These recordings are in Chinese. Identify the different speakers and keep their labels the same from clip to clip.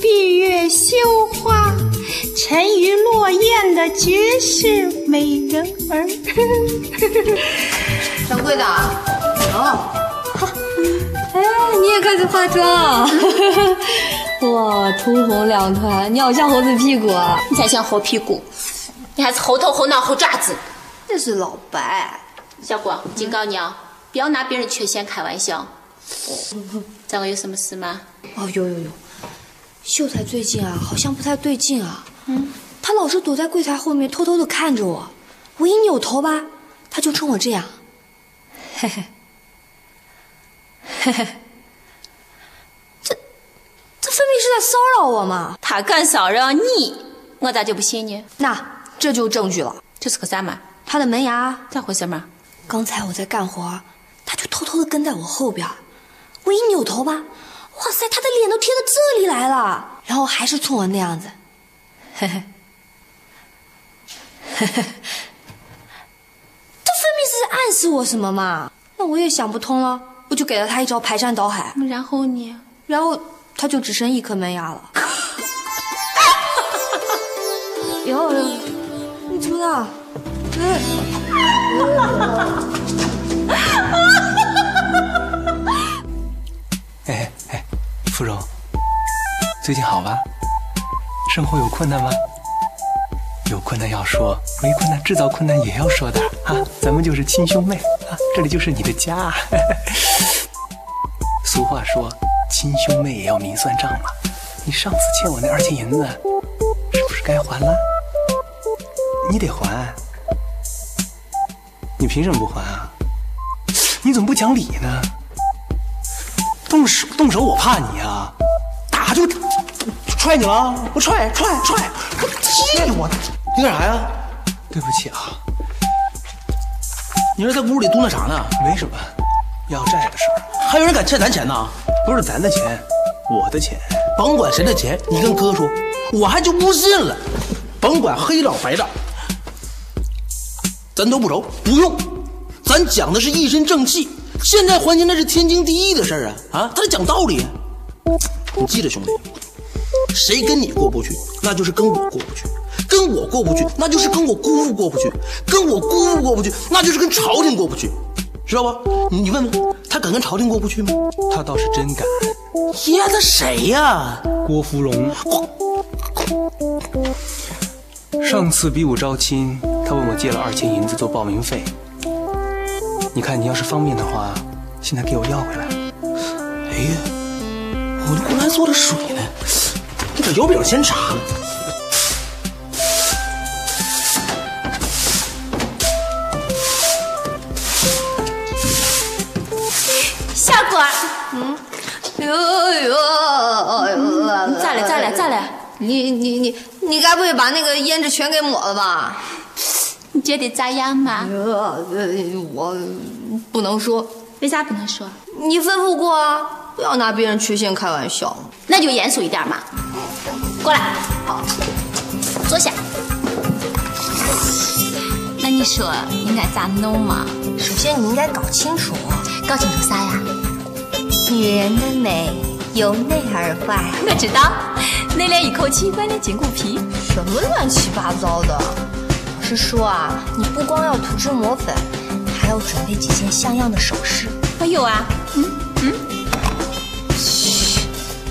Speaker 1: 闭月羞花、沉鱼落雁的绝世美人儿。
Speaker 2: 掌柜的，哦，
Speaker 3: 哎，你也开始化妆啊！哇，通红两团，你好像猴子屁股啊！
Speaker 2: 哦
Speaker 4: 你才像猴屁股，你还是猴头、猴脑、猴爪子。
Speaker 2: 那是老白。
Speaker 4: 小果，警告你啊，不要拿别人缺陷开玩 笑。掌柜有什么事吗？
Speaker 2: 哦，有有有，秀才最近啊，好像不太对劲啊。嗯，他老是躲在柜台后面偷偷的看着我，我一扭头吧，他就冲我这 样。
Speaker 3: 嘿嘿，嘿嘿，
Speaker 2: 这分明是在骚扰我嘛！
Speaker 4: 他敢骚扰你，我咋就不信呢？
Speaker 2: 那这就是证据了。
Speaker 4: 这是个啥嘛？
Speaker 2: 他的门牙，
Speaker 4: 咋回事嘛？
Speaker 2: 刚才我在干活，他就偷偷的跟在我后边。我一扭头吧，哇塞，他的脸都贴到这里来了，然后还是冲我那样子。
Speaker 3: 嘿嘿，嘿嘿，
Speaker 2: 这分明是在暗示我什么嘛？那我也想不通了，我就给了他一招排山倒海，
Speaker 4: 然后呢？
Speaker 2: 然后他就只剩一颗门牙了。 哟，你怎么了？哎。
Speaker 5: 哎哎，芙蓉，最近好吧？生活有困难吗？有困难要说，没困难制造困难也要说的啊！咱们就是亲兄妹啊，这里就是你的家、 啊。俗话说，亲兄妹也要明算账嘛。你上次欠我那二千银子，是不是该还了？你得还，你凭什么不还啊？你怎么不讲理呢？动手动手，我怕你啊！打就踹你了，我踹踹踹，我踢你我！你干啥呀？对不起啊，
Speaker 6: 你说在屋里嘟囔啥呢？
Speaker 5: 没什么，要债的事儿，
Speaker 6: 还有人敢欠咱钱呢？
Speaker 5: 不是咱的钱，我的钱。
Speaker 6: 甭管谁的钱，你跟哥说，我还就不信了。甭管黑账白账，咱都不愁，不用。咱讲的是一身正气，现在还钱那是天经地义的事儿啊啊！他得讲道理。你记着，兄弟，谁跟你过不去，那就是跟我过不去；跟我过不去，那就是跟我姑父过不去；跟我姑父过不去，那就是跟朝廷过不去，知道不？你你问问他敢跟朝廷过不去吗？
Speaker 5: 他倒是真敢。
Speaker 6: 爷，他谁呀、
Speaker 5: 郭芙蓉，上次比武招亲，他问我借了二千银子做报名费。你看，你要是方便的话，现在给我要回来。
Speaker 6: 哎呀，我都过来做了水呢，你把油饼先炸了。
Speaker 4: 小果，
Speaker 2: 哎呦哎呦哎呦！
Speaker 4: 你咋了？咋了？咋了？
Speaker 2: 你你你你该不会把那个胭脂全给抹了吧？
Speaker 4: 你觉得咋样嘛？
Speaker 2: 呃，我不能说，
Speaker 4: 为啥不能说？
Speaker 2: 你吩咐过啊，不要拿别人缺陷开玩笑。
Speaker 4: 那就严肃一点嘛。过来，坐下。那你说应该咋弄嘛？
Speaker 2: 首先你应该搞清楚，
Speaker 4: 搞清楚啥呀？
Speaker 7: 女人的美由内而外，
Speaker 4: 我知道，内敛一口气，外敛筋骨皮。
Speaker 2: 什么乱七八糟的。我是说啊，你不光要涂脂抹粉，还要准备几件像样的首饰。
Speaker 4: 我有啊，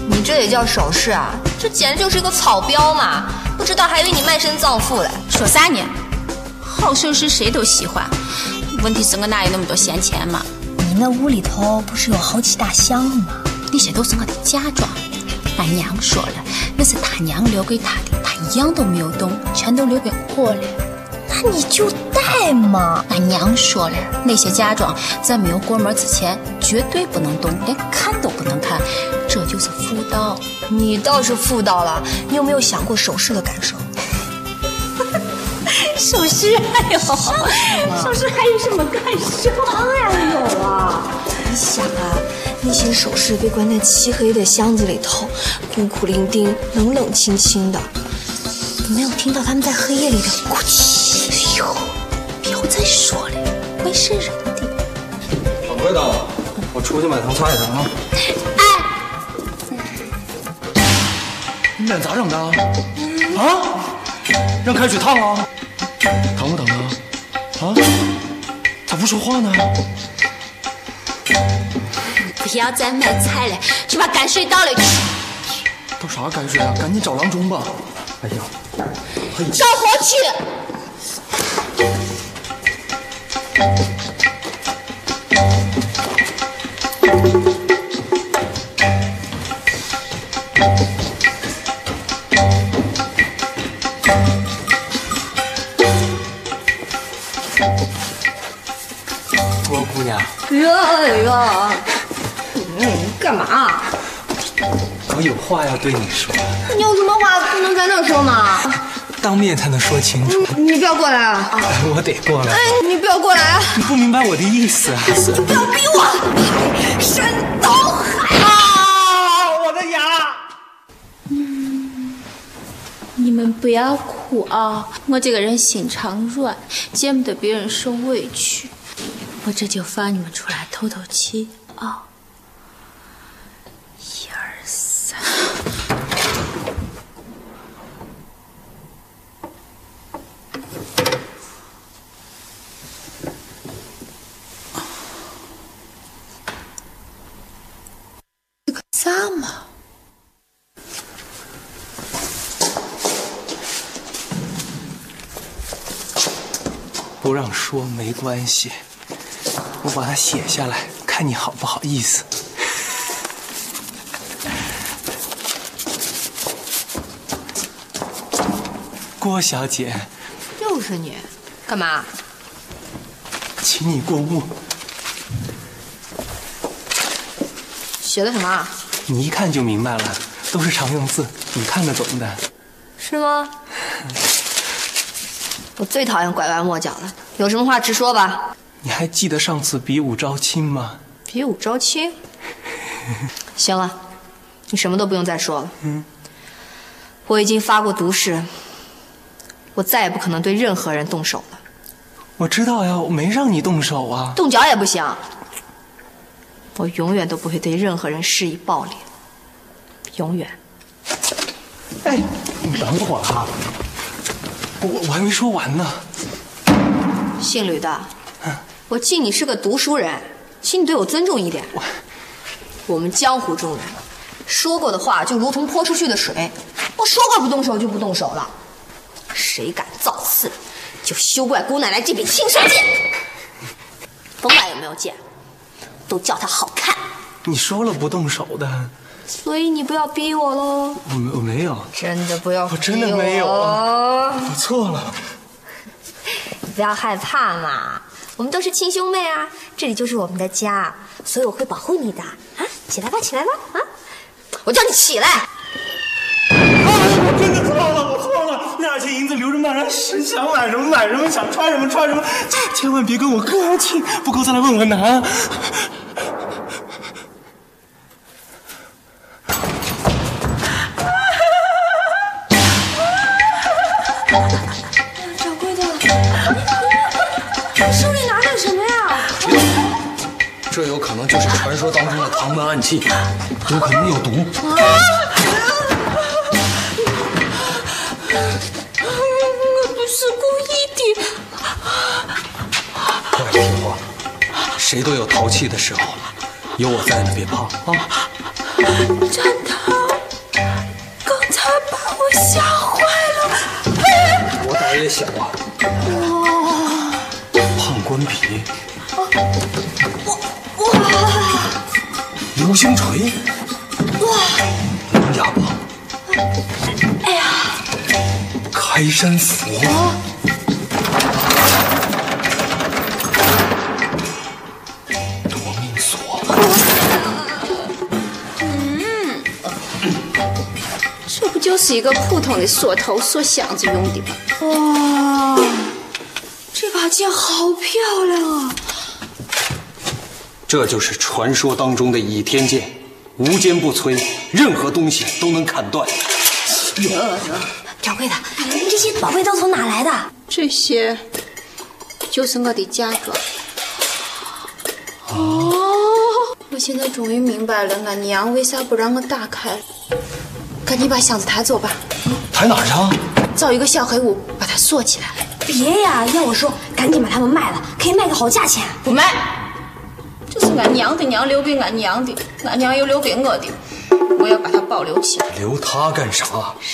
Speaker 2: 你这也叫首饰啊？这简直就是一个草标嘛！不知道还以为你卖身葬父嘞。
Speaker 4: 说啥呢？好首饰谁都喜欢，问题是我哪有那么多闲钱嘛？
Speaker 7: 你那屋里头不是有好几大箱吗？
Speaker 4: 那些都是我的嫁妆。俺娘说了，那是他娘留给他的，他一样都没有动，全都留给我了。
Speaker 7: 那你就带嘛。
Speaker 4: 俺娘说了，那些嫁妆在没有过门之前绝对不能动，连看都不能看，这就是妇道。
Speaker 2: 你倒是妇道了，你有没有想过首饰的感受？
Speaker 4: 首饰，哎呦，首饰还有什么感 受？
Speaker 2: 你想啊，那些首饰被关在漆黑的箱子里头，孤苦伶仃，冷冷清清的。你没有听到他们在黑夜里的哭泣？哎呦，
Speaker 4: 不要再说了，会渗人
Speaker 2: 啊
Speaker 4: 的。
Speaker 5: 掌柜的，我出去买糖菜去啊。
Speaker 4: 哎，
Speaker 5: 脸咋整的？啊？让开水烫啊？疼不疼啊？啊？咋不说话呢？
Speaker 4: 不要再买菜了，去把泔水倒了去。
Speaker 5: 都啥泔水啊？赶紧找郎中吧！哎呀，
Speaker 4: 着火去！
Speaker 5: 郭姑娘，
Speaker 3: 哎呀，嗯，干嘛？
Speaker 5: 我有话要对你说，
Speaker 3: 你有什么话不能在那儿说吗？
Speaker 5: 当面才能说清楚。
Speaker 3: 你不要过来啊！
Speaker 5: 我得过来，
Speaker 3: 你不要过来啊！
Speaker 5: 你不明白我的意思啊！
Speaker 3: 不要逼我！山倒海啊！我的牙！
Speaker 4: 你们不要哭啊！我这个人心肠软，见不得别人受委屈，我这就放你们出来透透气啊！一二三，这个咋嘛？
Speaker 5: 不让说没关系，我把它写下来，看你好不好意思。郭小姐，
Speaker 3: 又是你，干嘛？
Speaker 5: 请你过目，
Speaker 3: 写的什么啊？
Speaker 5: 你一看就明白了，都是常用字，你看得懂的。
Speaker 3: 是吗？我最讨厌拐弯抹角了，有什么话直说吧。
Speaker 5: 你还记得上次比武招亲吗？
Speaker 3: 比武招亲。行了，你什么都不用再说了。嗯。我已经发过毒誓，我再也不可能对任何人动手了，
Speaker 5: 我知道呀，我没让你动手啊。
Speaker 3: 动脚也不行。我永远都不会对任何人施以暴力，永远。
Speaker 5: 哎，你等会儿啊，我我还没说完呢。
Speaker 3: 姓吕的，我敬你是个读书人，请你对我尊重一点。我们江湖中人，说过的话就如同泼出去的水，我说过不动手就不动手了，谁敢造次，就休怪姑奶奶这笔亲生剑。甭管有没有剑，都叫它好看。
Speaker 5: 你说了不动手的，
Speaker 3: 所以你不要逼我喽，
Speaker 5: 我没我没有，
Speaker 3: 真的不要
Speaker 5: 我哦真的逼没有
Speaker 3: 啊。
Speaker 5: 我错了。
Speaker 2: 不要害怕嘛，我们都是亲兄妹啊，这里就是我们的家，所以我会保护你的啊！起来吧，起来吧，啊！
Speaker 3: 我叫你起来。
Speaker 5: 我真的错了，我错了。那些银子留着卖人，想买什么买什么，想穿什么穿什么，千万别跟我客气，不够再来问我拿。
Speaker 2: 掌柜的，手里
Speaker 1: 哎
Speaker 2: 拿点什么呀？
Speaker 6: 这有可能就是传说当中的唐门暗器，有可能有毒。
Speaker 4: 我不是故意的。
Speaker 6: 乖听话，谁都有淘气的时候，有我在呢，别怕啊！
Speaker 4: 战堂，刚才把我吓坏了。
Speaker 6: 我胆儿也小啊。判官皮，流星锤，狼牙棒，哎呀，开山斧，夺命锁，
Speaker 4: 这不就是一个普通的锁头、锁箱子用的吗？
Speaker 3: 哇，这把剑好漂亮啊！
Speaker 6: 这就是传说当中的倚天剑，无坚不摧，任何东西都能砍断。
Speaker 2: 掌柜的，你们这些宝贝都从哪来的？
Speaker 4: 这些就是我的嫁妆。哦哦，我现在终于明白了，俺娘为啥不让我打开了。
Speaker 2: 赶紧把箱子抬走吧，
Speaker 5: 抬哪儿去啊？
Speaker 2: 找一个小黑屋把它锁起来。
Speaker 7: 别呀！要我说，赶紧把它们卖了，可以卖个好价钱。
Speaker 4: 不卖，这是俺娘的，娘留给俺娘的，俺娘又留给我的，我要把它保留起来。
Speaker 5: 留他干啥？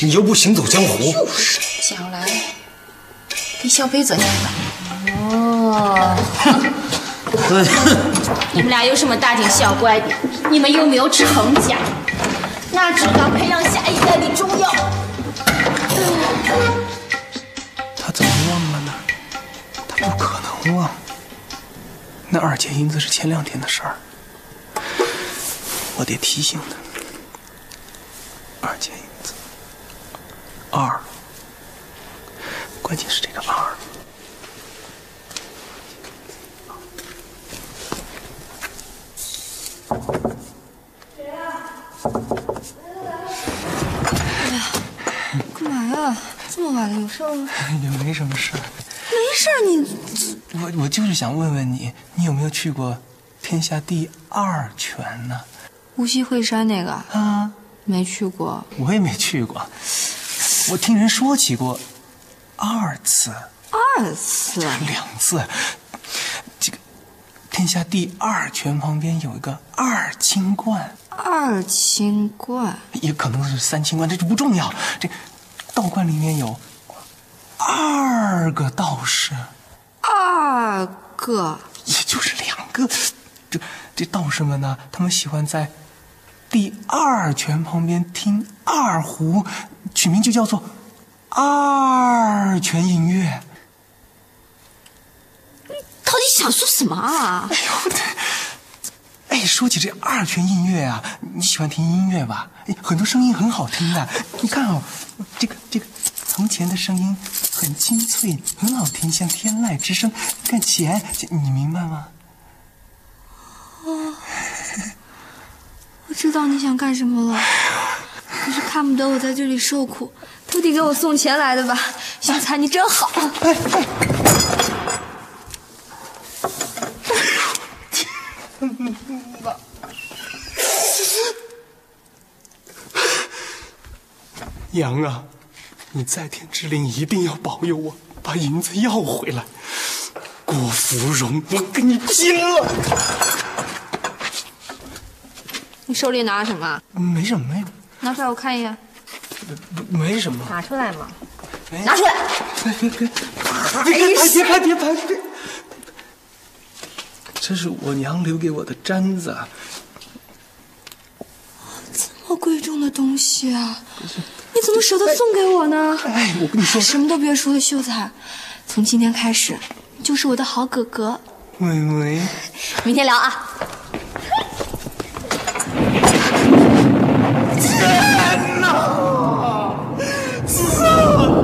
Speaker 5: 你又不行走江湖。
Speaker 4: 将来给小贝子念吧。 哦，你们俩有什么大惊小怪的？你们又没有成家，哪知道培养下一代的重要？
Speaker 5: 他怎么忘了呢？他不可能忘。那二阶银子是前两天的事儿，我得提醒他。二阶银子，二，关键是这个二。
Speaker 2: 干嘛呀？这么晚了，有事儿吗？
Speaker 5: 也没什么事儿，
Speaker 2: 没事儿，你
Speaker 5: 我我就是想问问你，你有没有去过天下第二泉呢？
Speaker 2: 无锡惠山那个
Speaker 5: 啊，
Speaker 2: 没去过，
Speaker 5: 我也没去过，我听人说起过二次。
Speaker 2: 二次
Speaker 5: 两次。这个天下第二泉旁边有一个二清观，
Speaker 2: 二清观，
Speaker 5: 也可能是三清观，这就不重要。这道观里面有二个道士，
Speaker 2: 二个
Speaker 5: 也就是两个。这这道士们呢，他们喜欢在第二泉旁边听二胡，取名就叫做二泉映月。
Speaker 2: 到底想说什么啊？
Speaker 5: 哎，说起这二泉映月啊，你喜欢听音乐吧？哎，很多声音很好听的。你看哦，这个这个，从前的声音很清脆，很好听，像天籁之声。看钱，这你明白吗？
Speaker 2: 我知道你想干什么了，可是看不得我在这里受苦，特地给我送钱来的吧？秀才，你真好。
Speaker 5: 羊啊，你在天之灵一定要保佑我把银子要回来。郭芙蓉，我跟你拼了！
Speaker 2: 你手里拿什么？
Speaker 5: 没什么呀，
Speaker 2: 拿出来我看一眼。
Speaker 5: 不没什么。
Speaker 3: 拿出来嘛！
Speaker 5: 哎
Speaker 3: 拿出来！
Speaker 5: 别别别！别拍！别拍！别拍！别！这是我娘留给我的毡子，
Speaker 2: 好贵重的东西啊！你怎么舍得送给我呢？
Speaker 5: 哎，我跟你说，
Speaker 2: 什么都别说了，秀才，从今天开始，你就是我的好哥哥。
Speaker 5: 美眉，
Speaker 3: 明天聊啊。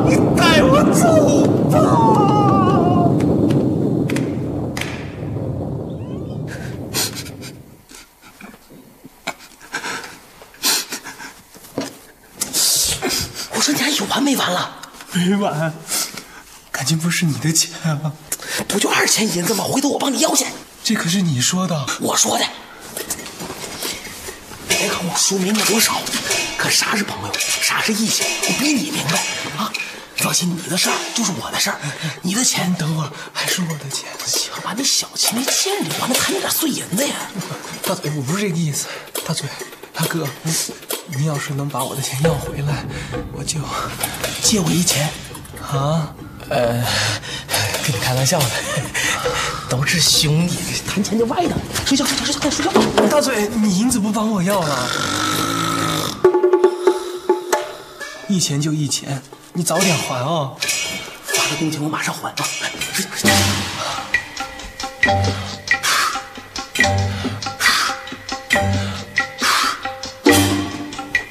Speaker 5: 你带我走吧！
Speaker 6: 我说你还有完没完了？
Speaker 5: 没完，感情不是你的钱啊，
Speaker 6: 不就二钱银子吗？回头我帮你要去。
Speaker 5: 这可是你说的。
Speaker 6: 我说的。别看我书明白多少，可啥是朋友，啥是义气，我比你明白啊！放心，你的事儿就是我的事儿，你的钱等会儿还是我的钱。行吧，你小钱没欠你，我那贪你点碎银子呀。
Speaker 5: 大嘴，我不是这个意思。大嘴，大哥，你要是能把我的钱要回来，我就
Speaker 6: 借我一钱，
Speaker 5: 啊，
Speaker 6: 呃，跟你开玩笑的，都是兄弟，谈钱就歪的。睡觉，睡觉，睡觉，快睡觉。
Speaker 5: 大嘴，你银子不帮我要啊了？一钱就一钱，你早点还啊、
Speaker 6: 发的工钱我马上还啊！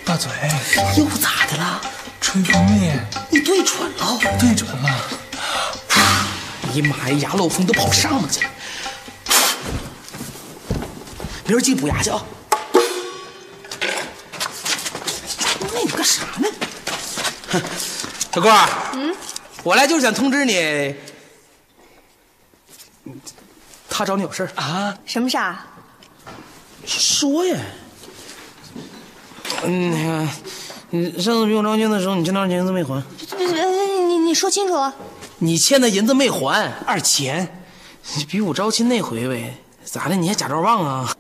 Speaker 5: 大嘴，
Speaker 6: 又咋的了？
Speaker 5: 吹风面
Speaker 6: 你对准了。
Speaker 5: 对准了，
Speaker 6: 你妈哎呀，牙漏风都跑上面去了。明儿记得补牙去啊！那你干啥呢？小郭，嗯，我来就是想通知你，他找你有事儿啊？
Speaker 7: 什么事儿？
Speaker 6: 说呀，嗯，那个，你上次比我张军的时候，你欠多少钱银子没还？
Speaker 3: 呃你你说清楚了，
Speaker 6: 你欠的银子没还，
Speaker 5: 二钱，
Speaker 6: 你比武招亲那回呗？哎咋的？你还假装忘啊？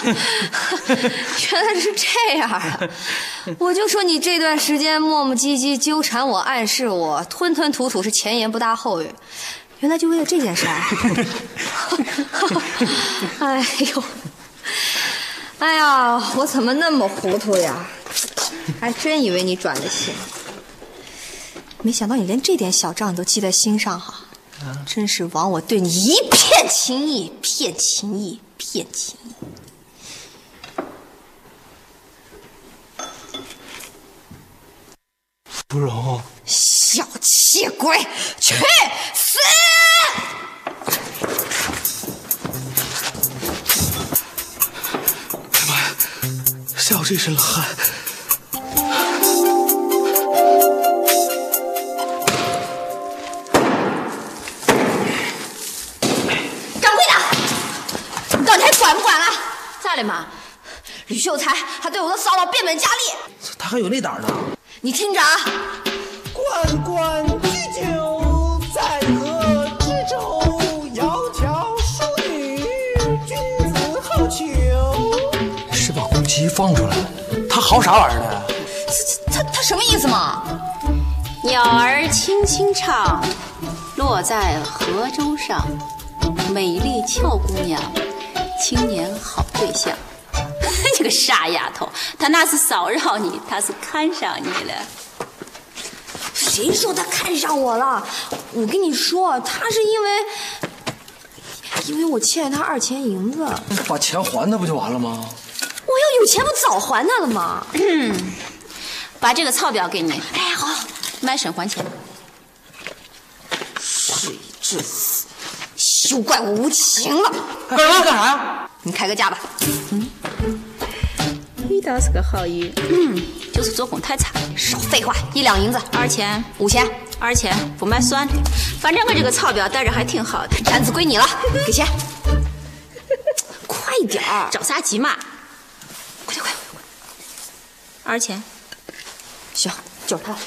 Speaker 3: 原来是这样啊！我就说你这段时间磨磨唧唧、纠缠我、暗示我、吞吞吐吐，是前言不搭后语。原来就为了这件事啊！ 哎呦，哎呀，我怎么那么糊涂呀？还真以为你转了心，没想到你连这点小账你都记在心上哈、真是枉我对你一片情意，骗情意，骗情意。
Speaker 5: 不容。
Speaker 3: 小气鬼，去死！
Speaker 5: 吓我这一身冷汗。
Speaker 3: 掌柜的，你到底还管不管了？啊在嘞嘛，吕秀才他对我的骚扰变本加厉。
Speaker 6: 他还有那胆儿呢？
Speaker 3: 你听着啊，
Speaker 8: 罐罐鸡酒在河之洲，窈窕淑女，君子好逑。
Speaker 5: 是把公鸡放出来了，他嚎啥玩意儿呢？
Speaker 3: 他他什么意思嘛？
Speaker 9: 鸟儿轻轻唱，落在河洲上。美丽俏姑娘，青年好对象。 这个傻丫头，她那是骚扰你，她是看上你了。
Speaker 3: 谁说他看上我了？我跟你说，他是因为因为我欠他二钱银子，我
Speaker 5: 把钱还他不就完了吗？
Speaker 3: 要有钱不早还他了吗？
Speaker 9: 嗯把这个钞票给你，
Speaker 3: 哎，好，
Speaker 9: 卖身还钱。
Speaker 3: 罪至死，休怪我无情啊了。
Speaker 6: 干啥干啥呀？
Speaker 3: 你开个价吧。
Speaker 9: 你倒是个好人，嗯就是做工太差。
Speaker 3: 少废话，一两银子，
Speaker 9: 二钱，
Speaker 3: 五千，
Speaker 9: 二钱不卖算了，反正我这个钞
Speaker 4: 啊
Speaker 9: 票带着还挺好的。
Speaker 3: 单子归你了，给钱。快点儿，
Speaker 9: 着啥急嘛？
Speaker 3: 快点快点，
Speaker 9: 二钱，
Speaker 3: 行，就是他了。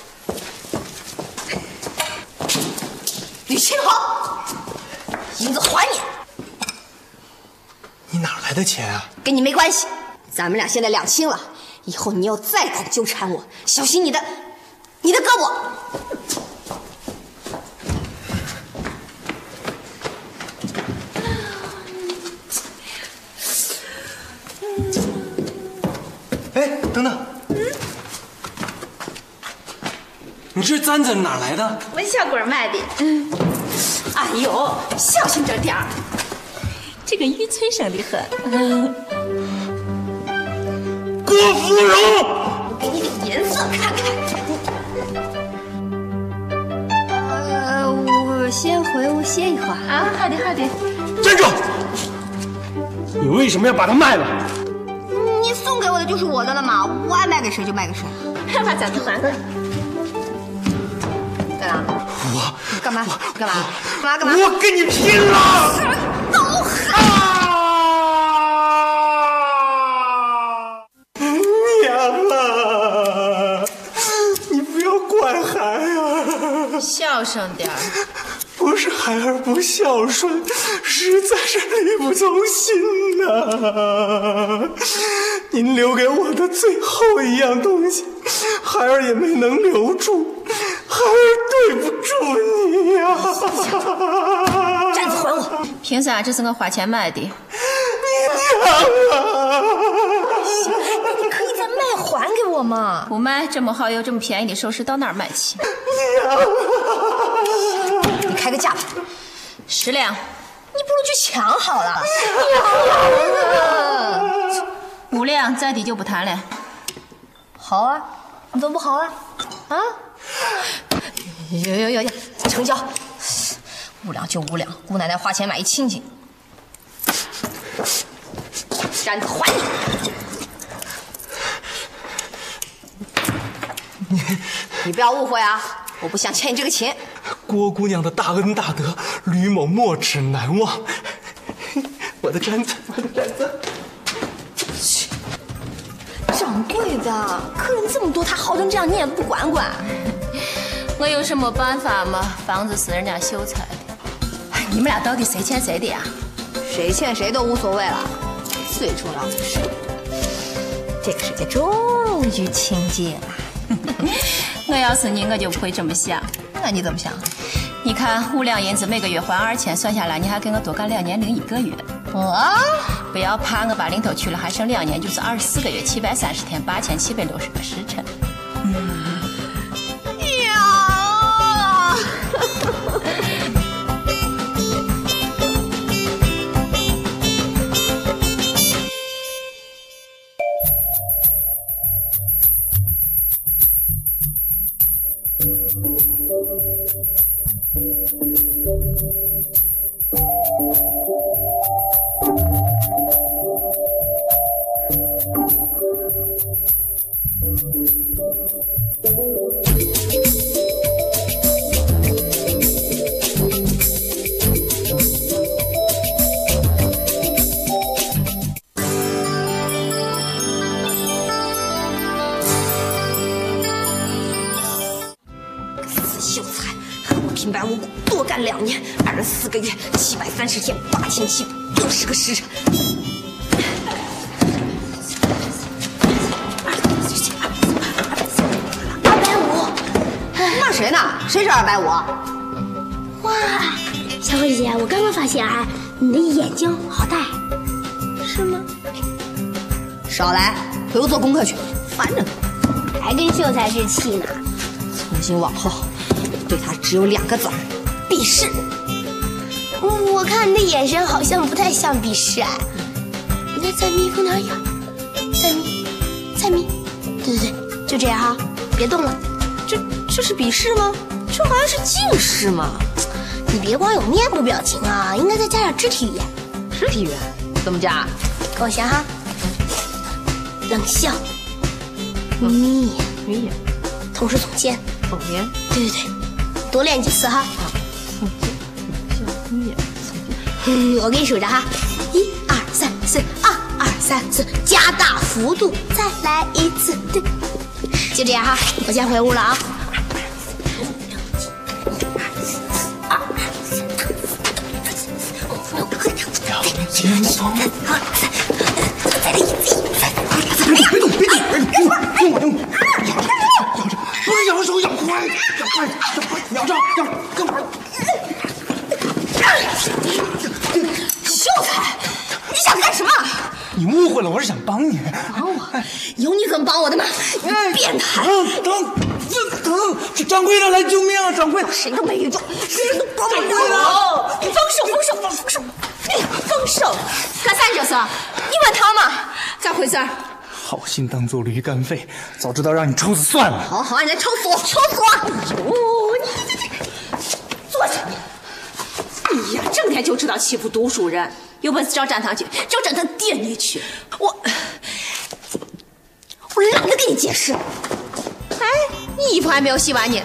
Speaker 3: 吕青豪，银子还你，
Speaker 5: 你哪来的钱啊？
Speaker 3: 跟你没关系。咱们俩现在两清了，以后你要再敢纠缠我，小心你的，你的胳膊。
Speaker 5: 哎，等等，你这簪子哪来的？
Speaker 9: 文小鬼卖的。嗯，哎呦，小心着点儿，这个玉翠生的很。
Speaker 5: 郭芙蓉，
Speaker 3: 给你点颜色看看。呃，我先回屋歇一会儿。
Speaker 9: 啊，好的好的。
Speaker 5: 站住！你为什么要把它卖了？
Speaker 3: 你送给我的就是我的了嘛，我爱卖给谁就卖给谁。
Speaker 9: 把饺子还了。
Speaker 3: 干啥？
Speaker 5: 我
Speaker 3: 干嘛？干嘛？干嘛？干嘛？
Speaker 5: 我跟你拼了！
Speaker 3: 走！
Speaker 5: 啊！娘啊，你不要管孩儿，
Speaker 4: 孝顺点儿。
Speaker 5: 不是孩儿不孝顺，实在是力不从心呐、您留给我的最后一样东西，孩儿也没能留住，孩儿对不住你啊呀、
Speaker 3: 站子还我！
Speaker 4: 凭啥这是我花钱买的？
Speaker 3: 你可以再卖还给我嘛。
Speaker 4: 不卖这么好又这么便宜的首饰，到哪儿买去？
Speaker 3: 你开个价吧，你
Speaker 4: 十两，
Speaker 3: 不如去抢好 了。
Speaker 4: 五两，再低就不谈了。
Speaker 3: 好啊，你怎么不好啊？啊？有有有有，成交！五两就五两，姑奶奶花钱买一清净。站子还你！你不要误会啊，我不想欠你这个钱。
Speaker 5: 郭姑娘的大恩大德，吕某莫齿难忘。我的毡子，我的毡子。
Speaker 2: 掌柜的，客人这么多，他嚎成这样，你也不管管？
Speaker 4: 我有什么办法吗？房子是人家秀才的。哎，你们俩到底谁欠谁的呀？
Speaker 3: 谁欠谁都无所谓了，最重要的是，
Speaker 7: 这个世界终于清 静了。
Speaker 4: 我要是你，我就不会这么想。
Speaker 3: 那你怎么想？
Speaker 4: 你看，五两银子每个月还二千，算下来你还给我多干两年零一个月。
Speaker 3: 啊，
Speaker 4: 不要怕，我把零头去了，还剩两年，就是二十四个月，七百三十天，八千七百六十个时辰。
Speaker 3: 呀！
Speaker 2: 死秀才，还不平白无故多干两年，二十四个月，七百三十天，八千七百六十个时辰。二百五，
Speaker 3: 骂谁呢？谁是二百五？啊
Speaker 10: 哇，小慧姐，我刚刚发现啊，你的眼睛好大，是吗？
Speaker 3: 少来，回屋做功课去，烦着呢。
Speaker 10: 还跟秀才置气呢。
Speaker 3: 从今往后，对他只有两个字儿：鄙视。
Speaker 10: 嗯我我看你的眼神好像不太像鄙视哎。你看蔡明搁哪呀？蔡明，蔡明，对对对，就这样哈、别动了。
Speaker 3: 这这是鄙视吗？这好像是近视嘛？
Speaker 10: 你别光有面部表情啊，应该再加点肢体语言。
Speaker 3: 肢体语言怎么加？
Speaker 10: 跟我学哈，冷笑，眯眼，
Speaker 3: 语言
Speaker 10: 同时耸肩，
Speaker 3: 谎言。
Speaker 10: 对对对，多练几次哈。嗯，我给你数着哈，一二三四，二二三四，加大幅度，再来一次，对，就这样哈，我先回屋了啊。
Speaker 5: 别动，别动，别动，用我，用我，咬着，咬着，不是咬手，咬快，咬快，咬快，咬着，咬着，跟我。
Speaker 3: 秀才，你想干什么？
Speaker 5: 你误会了，我是想帮你。
Speaker 3: 帮我？有你怎么帮我的嘛？你变态！
Speaker 5: 疼疼疼！这掌柜的来救命！啊！掌柜的，
Speaker 3: 谁都没遇到，谁都帮不了。丰收，丰收，丰收，丰收！干啥角色？你问他嘛？咋回事儿？
Speaker 5: 好心当做驴肝肺，早知道让你抽死算了。
Speaker 3: 好好，你来抽死我，抽死我！哟，你这这坐下
Speaker 9: 哎呀，整天就知道欺负读书人，
Speaker 4: 有本事找展堂去，找展堂点你去。
Speaker 3: 我我懒得跟你解释。哎，你衣服还没有洗完呢，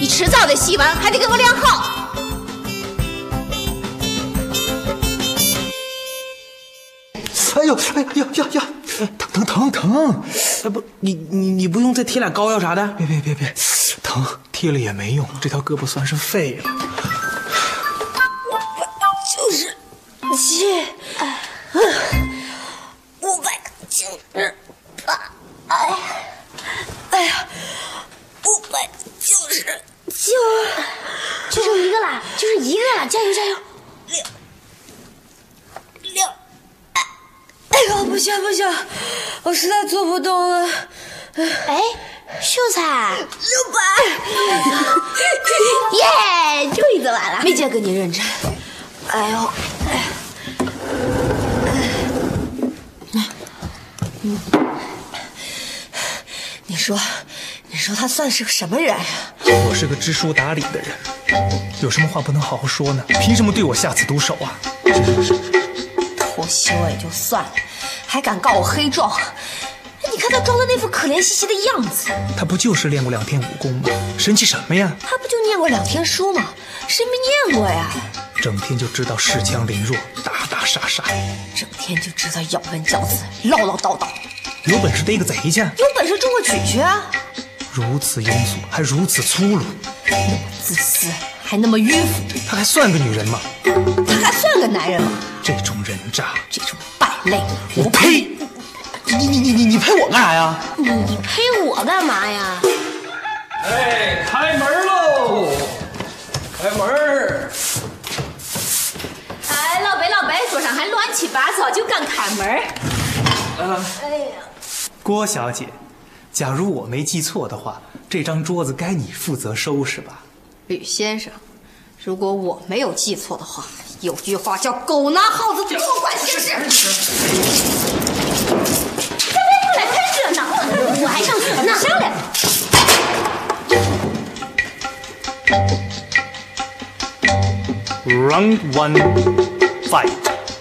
Speaker 3: 你迟早得洗完，还得给我晾好。
Speaker 5: 哎呦，哎呦呀呀呀！疼疼疼疼！
Speaker 6: 哎不，你你你不用再贴俩膏药啥的？
Speaker 5: 别别别别，疼！贴了也没用，这条胳膊算是废了。
Speaker 10: 就剩一个啦，就剩一个啦，加油加油！
Speaker 2: 哎呦，不行不行，我实在做不动了。
Speaker 10: 哎，秀才，
Speaker 2: 耶，终于做完了。
Speaker 3: 没见跟你认真。
Speaker 2: 哎呦，
Speaker 3: 你说，你说他算是个什么人啊呀？
Speaker 5: 我是个知书达理的人，有什么话不能好好说呢？凭什么对我下此毒手啊？
Speaker 3: 偷袭我也就算了，还敢告我黑状？哎你看他装的那副可怜兮兮的样子，
Speaker 5: 他不就是练过两天武功吗？神气什么呀？
Speaker 3: 他不就念过两天书吗？谁没念过呀？
Speaker 5: 整天就知道恃强凌弱，打打杀杀，
Speaker 3: 整天就知道咬文嚼字，唠唠叨叨，
Speaker 5: 有本事逮个贼去！
Speaker 3: 有本事种个举去啊！
Speaker 5: 如此庸俗，还如此粗鲁，
Speaker 3: 自私，还那么迂腐，
Speaker 5: 她还算个女人吗？
Speaker 3: 他还算个男人吗？
Speaker 5: 这种人渣，
Speaker 3: 这种败类，
Speaker 5: 我呸！你你你你你呸我干啥呀？
Speaker 10: 你呸我干嘛呀？
Speaker 11: 哎，开门喽！开门儿！
Speaker 9: 哎，老白老白，桌上还乱七八糟，就敢开门儿。哎呀，
Speaker 5: 郭小姐，假如我没记错的话，这张桌子该你负责收拾吧？
Speaker 3: 吕先生，如果我没有记错的话，有句话叫“狗拿耗子腿，不管闲事”。
Speaker 9: 这我不来看热闹，我还上学呢。上来，
Speaker 5: Round one, fight。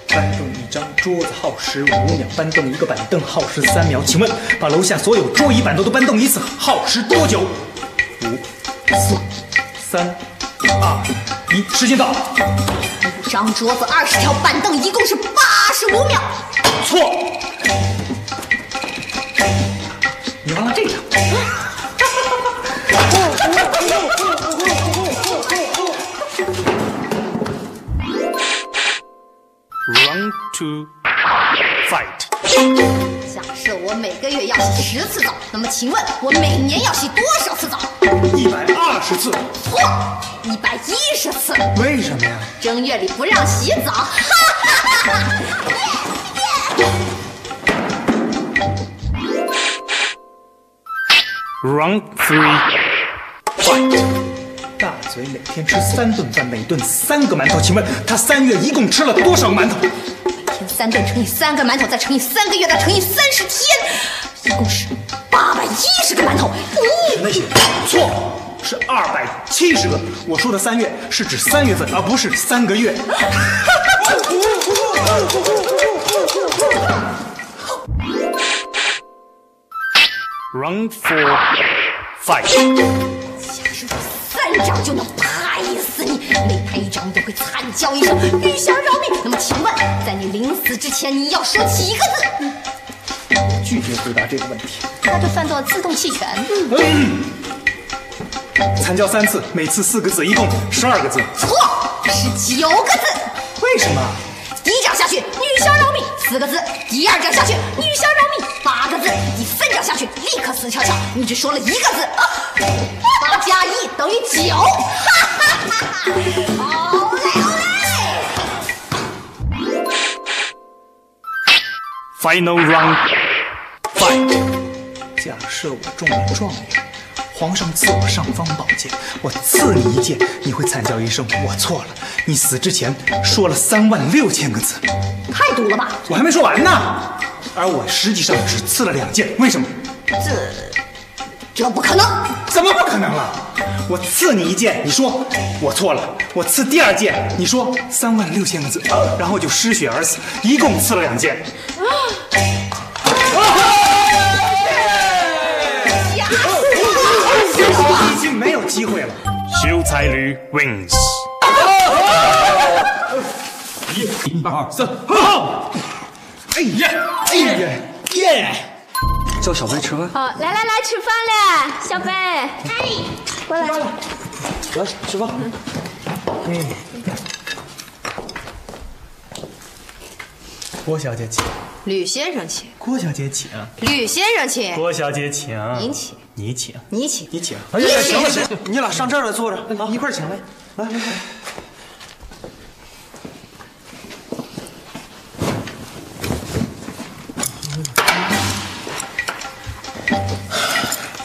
Speaker 5: 搬动一张桌子耗时五秒，搬动一个板凳耗时三秒。请问，把楼下所有桌椅板凳都搬动一次，耗时多久？五、四、三、二、一，时间到。
Speaker 3: 一张桌子，二十条板凳，一共是八十五秒。
Speaker 5: 错。你忘了这张。
Speaker 12: Round two, fight。
Speaker 3: 假设我每个月要洗十次澡，那么请问我每年要洗多少次澡？
Speaker 5: 一百二十次，
Speaker 3: 错，一百一十次。
Speaker 5: 为什么呀？
Speaker 3: 正月里不让洗澡，哈哈哈哈！
Speaker 12: Round three,
Speaker 5: 大嘴每天吃三顿饭，每顿三个馒头。请问他三月一共吃了多少馒头？
Speaker 3: 天三顿乘以三个馒头，再乘以三个月，再乘以三十天，一共是八百一十个馒头。
Speaker 5: 停那些，错，是二百七十个。我说的三月是指三月份，而不是三个月。
Speaker 12: round four, fight。
Speaker 3: 三掌就能拍死你，每拍一掌你都会惨叫一声“玉霞饶命”。那么请问，在你临死之前，你要说几个字？
Speaker 5: 拒绝回答这个问题。
Speaker 3: 嗯那就算作自动弃权。
Speaker 5: 惨叫三次，每次四个字，一共十二个字。
Speaker 3: 错，是九个字。
Speaker 5: 为什么？
Speaker 3: 第一掌下去，女侠饶命，四个字；第二掌下去，女侠饶命，八个字；第三掌下去，立刻死翘翘。你只说了一个字啊！八加一等于九，哈哈哈哈！好嘞，好嘞。
Speaker 12: Final round, fight。
Speaker 5: 假设我中了状元，皇上赐我尚方宝剑，我赐你一剑，你会惨叫一声“我错了”。你死之前说了三万六千个字，
Speaker 3: 太毒了吧？
Speaker 5: 我还没说完呢。而我实际上只赐了两剑，为什么？
Speaker 3: 这这不可能！
Speaker 5: 怎么不可能了？我赐你一剑，你说我错了；我赐第二剑，你说三万六千个字，然后就失血而死，一共赐了两剑。
Speaker 3: 吓死我了！
Speaker 5: 已经没有机会了。
Speaker 12: 秀才驴 wins。
Speaker 11: 一、二、三，好！
Speaker 5: 哎呀，哎呀，耶！
Speaker 6: 叫小白吃饭。
Speaker 13: 好，来来来，吃饭嘞，小贝。哎，过来。
Speaker 6: 来吃饭。
Speaker 5: 嗯，郭小姐请，
Speaker 3: 吕先生请，
Speaker 5: 郭小姐啊请，
Speaker 3: 吕先生请，
Speaker 5: 郭小姐请，
Speaker 6: 啊
Speaker 3: 您请，
Speaker 5: 你请，
Speaker 3: 你请，
Speaker 5: 你请。
Speaker 6: 哎呀，行了行
Speaker 5: 了
Speaker 6: 了，你俩上这儿来坐着，啊，一块儿请来。来来来，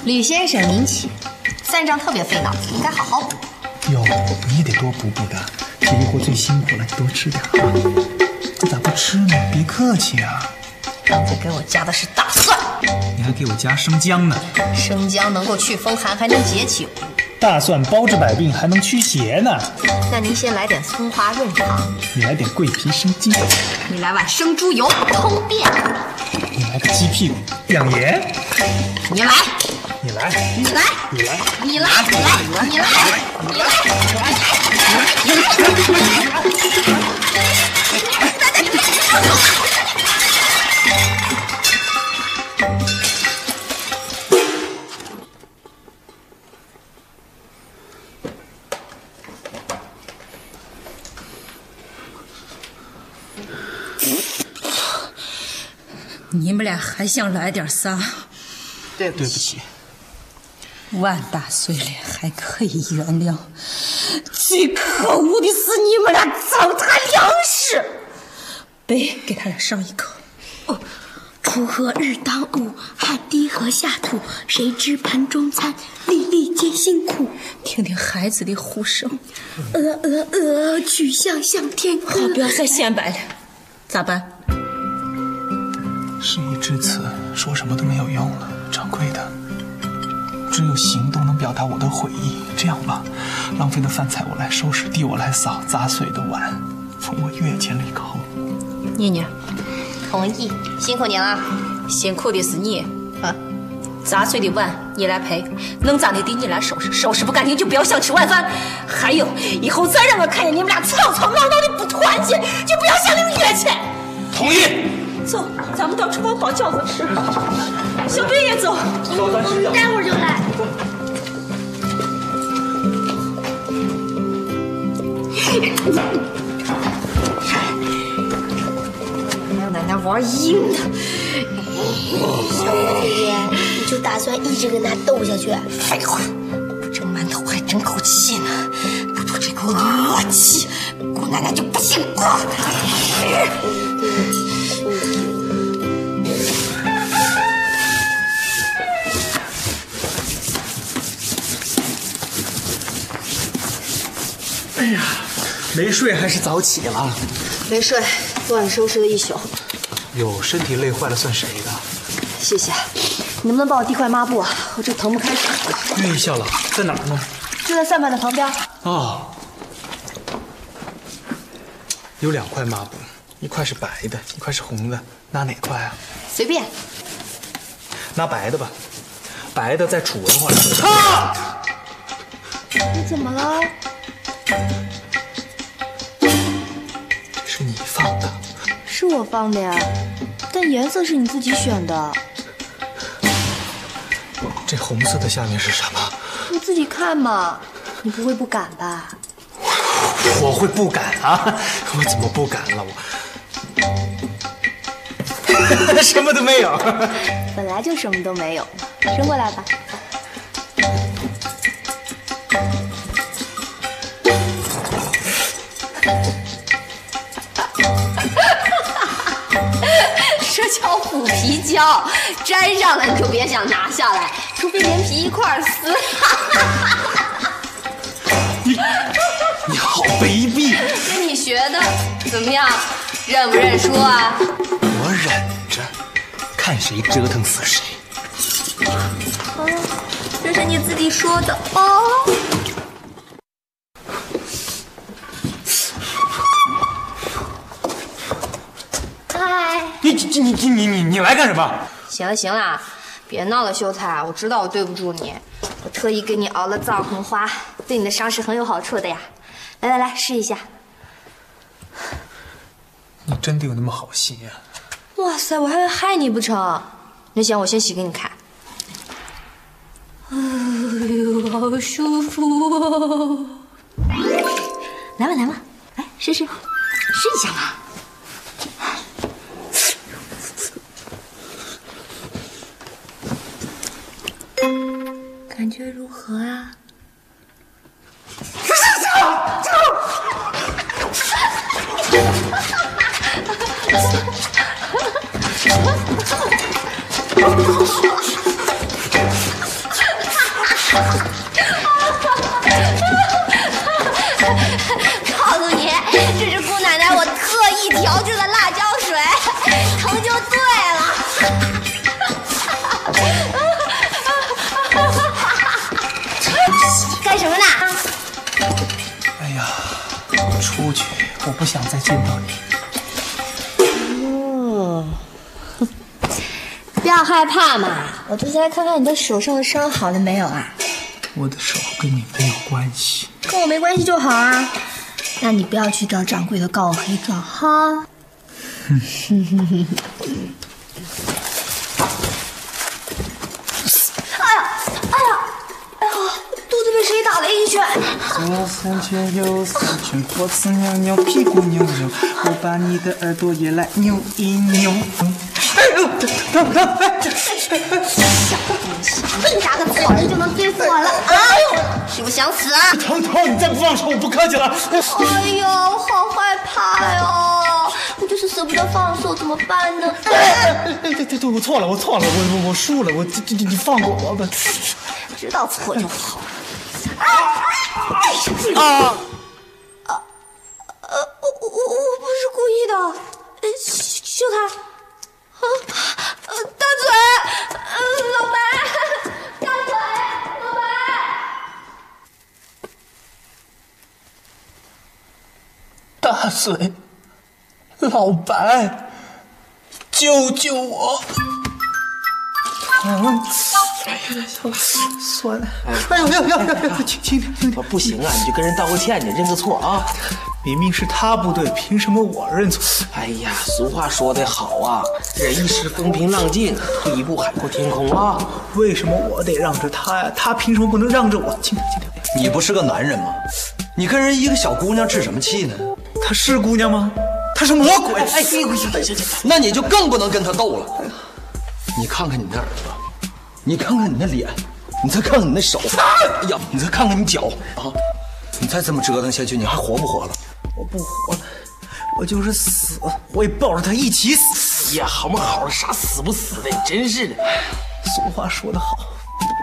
Speaker 3: 吕先生您请，三张特别费脑子，应该好好补。
Speaker 5: 哟，你也得多补补的，体力活最辛苦了，你多吃点啊。你咋不吃呢？别客气啊，
Speaker 3: 刚才给我加的是大蒜，
Speaker 5: 你还给我加生姜呢。
Speaker 3: 生姜能够去风寒，还能解酒。
Speaker 5: 大蒜包治百病，还能驱邪呢。
Speaker 3: 那您先来点葱花润肠，
Speaker 5: 你来点桂皮生鸡，
Speaker 3: 你来碗生猪油通便，
Speaker 5: 你来个鸡屁股，两爷，
Speaker 3: 你来。
Speaker 5: 你来，
Speaker 13: 你来，
Speaker 5: 你来，
Speaker 13: 你来，你来，你来，你来，你来，你来，
Speaker 14: 你们俩还想来点啥？
Speaker 3: 对不
Speaker 5: 起。
Speaker 14: 万大岁了还可以原谅，最可恶的是你们俩糟蹋粮食。背，给他俩上一课。
Speaker 2: 哦，锄禾日当午，汗滴禾下土。谁知盘中餐，粒粒皆辛苦。
Speaker 14: 听听孩子的呼声。
Speaker 2: 鹅鹅鹅，曲项向天歌。
Speaker 14: 好，不要再显摆了，咋办？
Speaker 5: 事已至此，说什么都没有用了，掌柜的。只有行动能表达我的悔意。这样吧，浪费的饭菜我来收拾，地我来扫，砸碎的碗从我月钱里扣。
Speaker 3: 念念，
Speaker 9: 同意，
Speaker 3: 辛苦你了。
Speaker 14: 辛苦的是你啊！砸碎的碗你来赔，弄脏的地你来收拾，收拾不干净就不要想吃晚饭。还有，以后再让我看见你们俩吵吵闹闹的不团结，就不要想领月钱。
Speaker 5: 同意。
Speaker 14: 走，咱们到厨房包饺子吃。小贝也走，
Speaker 5: 走，咱吃
Speaker 13: 待会儿就来。
Speaker 2: 让奶奶玩硬的。
Speaker 10: 小姑爷，你就打算一直跟他斗下去？
Speaker 2: 废话，不蒸馒头还争口气呢，不出这口恶气，姑奶奶就不姓郭。
Speaker 5: 哎呀，没睡还是早起了？
Speaker 3: 没睡，昨晚收拾了一宿。
Speaker 5: 哟，身体累坏了算谁的？
Speaker 3: 谢谢。你能不能帮我递块抹布啊？我这疼不开手。
Speaker 5: 哎，笑老在哪儿呢？
Speaker 3: 就在饭板的旁边。
Speaker 5: 哦，有两块抹布，一块是白的，一块是红的，拿哪块啊？
Speaker 3: 随便。
Speaker 5: 拿白的吧，白的在楚文化里。
Speaker 10: 啊！你怎么了？
Speaker 5: 是你放的，
Speaker 10: 是我放的呀，但颜色是你自己选的，
Speaker 5: 这红色的下面是什么？
Speaker 10: 你自己看嘛。你不会不敢吧？
Speaker 5: 我会不敢啊！ 我 怎么不敢了？我什么都没有。
Speaker 10: 本来就什么都没有，伸过来吧。
Speaker 3: 这叫虎皮胶，粘上了你就别想拿下来，除非连皮一块儿撕。
Speaker 5: 你你好卑鄙！
Speaker 3: 跟你学的怎么样？认不认输啊？
Speaker 5: 我忍着，看谁折腾死谁。
Speaker 3: 哦，这是你自己说的哦。
Speaker 13: 嗨，
Speaker 5: 你你你你你你来干什么？
Speaker 3: 行了行了，别闹了，秀才，我知道我对不住你，我特意给你熬了藏红花，对你的伤势很有好处的呀。来来来，试一下。
Speaker 5: 你真的有那么好心呀、
Speaker 3: 哇塞，我还会害你不成？那行，我先洗给你看。
Speaker 13: 哎呦，好舒服哦！
Speaker 2: 来吧来吧，
Speaker 3: 哎
Speaker 2: 来试试，试一下嘛。
Speaker 13: 感觉如何啊？
Speaker 7: 告诉你，这是姑奶奶我特意调制的辣椒水，疼就对了。
Speaker 10: 干什么呢？
Speaker 5: 哎呀，出去！我不想再见到你。
Speaker 3: 表
Speaker 7: 要害怕嘛。
Speaker 2: 我就来看看你的手上的伤好了没有啊？
Speaker 5: 我的手跟你没有关系。
Speaker 2: 跟我没关系就好啊。那你不要去找掌柜的告我黑状哈。
Speaker 7: 哎呀，哎呀，哎呀，肚子被谁打了一拳？
Speaker 8: 左三圈，右三圈，脖子扭扭，屁股扭扭，我把你的耳朵也来扭一扭。哎呦，等等，哎，这
Speaker 7: 你打个草人就能对付我了啊！是不是想死啊？
Speaker 5: 疼疼，你再不放手，我不客气了。
Speaker 7: 哎呦，好害怕哟！我就是舍不得放手，怎么办呢？
Speaker 5: 哎，对对对，我错了，我错了，我我我输了，我这这你放过我吧。
Speaker 7: 知道错就好。
Speaker 5: 啊！
Speaker 7: 呃，我我我我不是故意的，呃，秀才，啊，呃，大嘴，呃，老白，大嘴，老白，
Speaker 5: 大嘴，老白，救救我！疼！哎呀，酸！哎呀，不要不要不要！轻轻点，轻点！
Speaker 6: 不行啊，你就跟人道个歉去，认个错啊！
Speaker 5: 明明是他不对，凭什么我认错？
Speaker 6: 哎呀，俗话说得好啊，忍一时风平浪静，退一步海阔天空啊！
Speaker 5: 为什么我得让着他呀？他凭什么不能让着我？轻点，轻点！
Speaker 15: 你不是个男人吗？你跟人一个小姑娘置什么气呢？
Speaker 5: 她是姑娘吗？她是魔鬼！
Speaker 6: 哎，行行行行，
Speaker 15: 那你就更不能跟她斗了。你看看你那耳朵，你看看你那脸，你再看看你那手，
Speaker 5: 啊
Speaker 15: 哎呀，你再看看你脚啊！你再这么折腾下去，你还活不活了？
Speaker 5: 我不活了，我就是死，我也抱着她一起死。
Speaker 6: 哎呀，好么好的，啥死不死的，你真是的。
Speaker 5: 俗话说得好，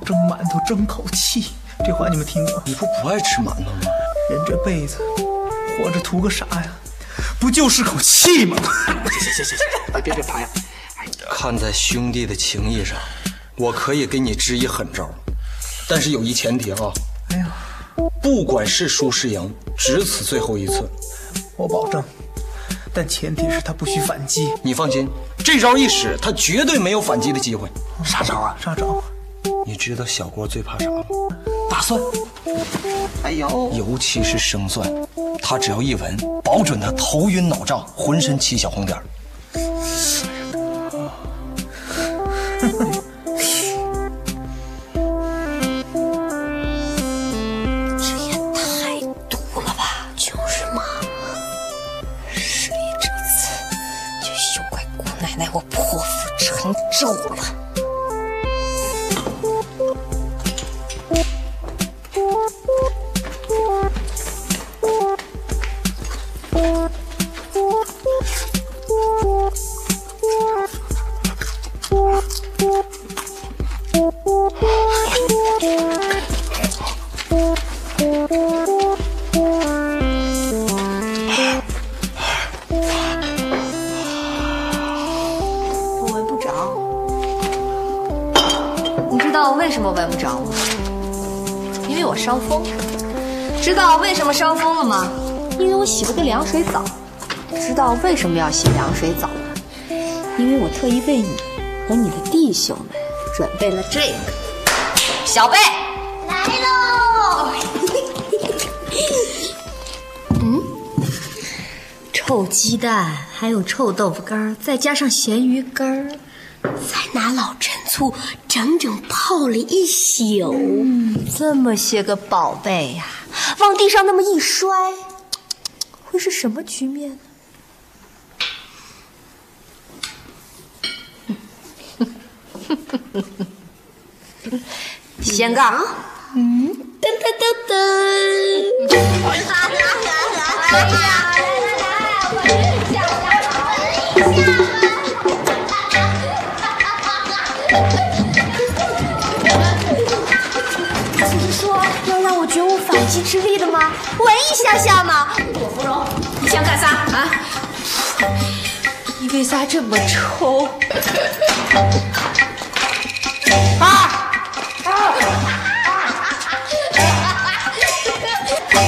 Speaker 5: 蒸馒头争口气，这话你们听过？
Speaker 15: 你不不爱吃馒头吗？
Speaker 5: 人这辈子活着图个啥呀？不就是口气吗？
Speaker 6: 行行行行，别别别爬呀！
Speaker 15: 看在兄弟的情谊上，我可以给你支一狠招，但是有一前提啊。
Speaker 5: 哎呀，
Speaker 15: 不管是输是赢，只此最后一次，
Speaker 5: 我保证。但前提是他不许反击。
Speaker 15: 你放心，这招一使，他绝对没有反击的机会。
Speaker 6: 啥招啊？
Speaker 5: 啥招？
Speaker 15: 你知道小郭最怕啥吗？大蒜。
Speaker 6: 哎呦，
Speaker 15: 尤其是生蒜，他只要一闻，保准他头晕脑胀，浑身起小红点儿。
Speaker 7: 这也太毒了吧！就是嘛，所以这次就休怪姑奶奶我破釜沉舟了。
Speaker 3: 我闻不着。你知道为什么闻不着吗？因为我伤风。知道为什么伤风了吗？因为我洗了个凉水澡。知道为什么要洗凉水澡吗？因为我特意为你和你的弟兄们准备了这个。小贝，
Speaker 7: 来 喽！
Speaker 3: 嗯
Speaker 2: 臭鸡蛋，还有臭豆腐干儿，再加上咸鱼干儿，
Speaker 10: 再拿老陈醋整整泡了一宿。
Speaker 7: 嗯
Speaker 3: 这么些个宝贝呀、
Speaker 10: 往地上那么一摔，
Speaker 3: 会是什么局面呢？掀盖儿，
Speaker 10: 嗯噔噔噔噔，
Speaker 7: 你说能让我觉悟反击之力的吗？闻一下下嘛。
Speaker 14: 你想干啥啊？
Speaker 4: 你为啥这么臭？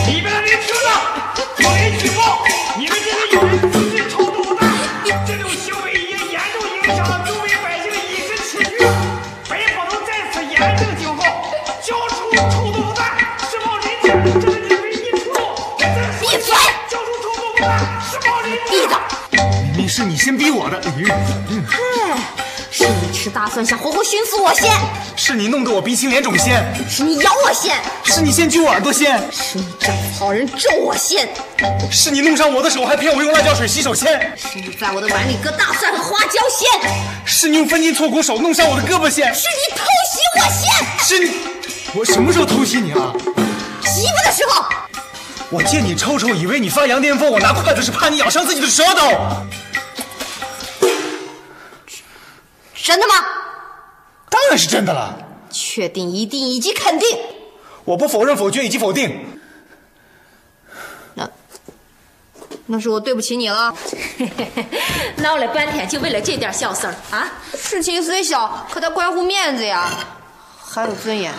Speaker 11: 你们还没听着，有人举报，你们这里有人私自偷豆蛋，这种行为也严重影响了周围百姓饮食起居
Speaker 5: 是你先逼我的。嗯
Speaker 2: 是你吃大蒜想活活熏死我先，
Speaker 5: 是你弄得我鼻青脸肿先，
Speaker 2: 是你咬我先，
Speaker 5: 是你先揪我耳朵先，
Speaker 2: 是你找好人咒我先，
Speaker 5: 是你弄伤我的手还骗我用辣椒水洗手先，
Speaker 2: 是你在我的碗里搁大蒜和花椒先，
Speaker 5: 是你用分筋错骨手弄伤我的胳膊先，
Speaker 2: 是你偷袭我先，
Speaker 5: 是你，我什么时候偷袭你了？
Speaker 2: 媳妇的时候，
Speaker 5: 我借你抽抽，以为你发羊癫疯，我拿筷子是怕你咬伤自己的舌头。
Speaker 2: 真的吗？
Speaker 5: 当然是真的了。
Speaker 2: 确定、一定以及肯定。
Speaker 5: 我不否认、否决以及否定。
Speaker 2: 那，那是我对不起你了。
Speaker 3: 闹了半天就为了这点小事儿啊！
Speaker 2: 事情虽小，可它关乎面子呀，还有尊严。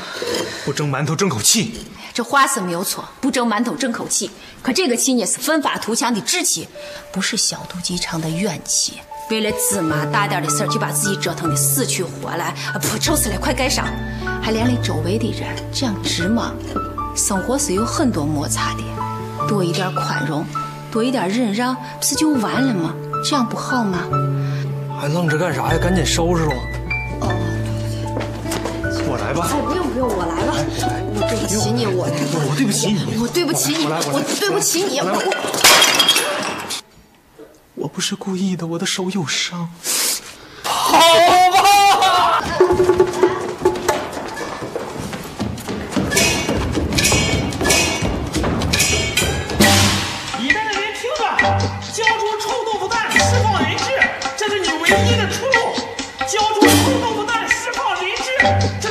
Speaker 5: 不蒸馒头争口气，
Speaker 3: 这话是没有错，不争馒头争口气。可这个气呢，是奋发图强的志气，不是小肚鸡肠的怨气。为了芝麻大点的事儿就把自己折腾的死去活来，啊不，就是了，快盖上，还连累周围的人，这样值吗？生活是有很多摩擦的，多一点宽容，多一点忍让，不是就完了吗？这样不好吗？
Speaker 15: 还愣着干啥呀？赶紧收拾喽！
Speaker 3: 哦
Speaker 5: 我来吧。
Speaker 2: 哎，不用不用，我来吧。
Speaker 15: 哎
Speaker 2: 我对不起你，我
Speaker 5: 我对不起你，
Speaker 2: 我对不起你，
Speaker 5: 我来我来
Speaker 2: 我对不起你，我我。
Speaker 5: 我不是故意的，我的手有伤。
Speaker 16: 好吧。
Speaker 6: 你们的人听着，浇出臭豆腐蛋释放人质，这是你唯一的出路。浇出臭豆腐蛋释放人质，